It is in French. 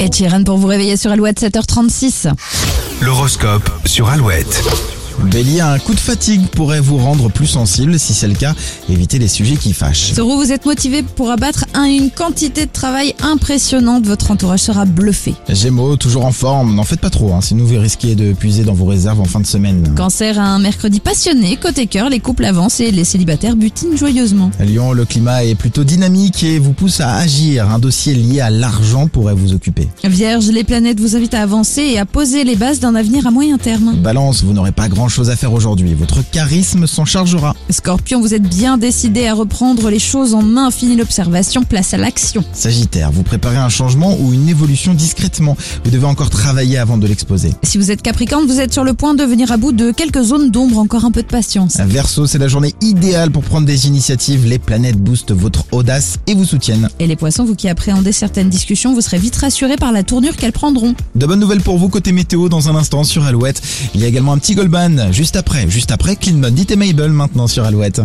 Et Sheeran pour vous réveiller sur Alouette 7h36. L'horoscope sur Alouette. Bélier, un coup de fatigue pourrait vous rendre plus sensible. Si c'est le cas, évitez les sujets qui fâchent. Taureau, vous êtes motivé pour abattre un- une quantité de travail impressionnante. Votre entourage sera bluffé. Gémeaux, toujours en forme. N'en faites pas trop, hein, sinon vous risquez de puiser dans vos réserves en fin de semaine. Cancer, un mercredi passionné. Côté cœur, les couples avancent et les célibataires butinent joyeusement. Lyon, le climat est plutôt dynamique et vous pousse à agir. Un dossier lié à l'argent pourrait vous occuper. Vierge, les planètes vous invitent à avancer et à poser les bases d'un avenir à moyen terme. Balance, vous n'aurez pas grand chose à faire aujourd'hui. Votre charisme s'en chargera. Scorpion, vous êtes bien décidé à reprendre les choses en main. Fini l'observation, place à l'action. Sagittaire, vous préparez un changement ou une évolution discrètement. Vous devez encore travailler avant de l'exposer. Si vous êtes Capricorne, vous êtes sur le point de venir à bout de quelques zones d'ombre. Encore un peu de patience. Verseau, c'est la journée idéale pour prendre des initiatives. Les planètes boostent votre audace et vous soutiennent. Et les poissons, vous qui appréhendez certaines discussions, vous serez vite rassurés par la tournure qu'elles prendront. De bonnes nouvelles pour vous côté météo dans un instant sur Alouette. Il y a également un petit Goldman juste après, juste après Clean Bandit et Mabel maintenant sur Alouette.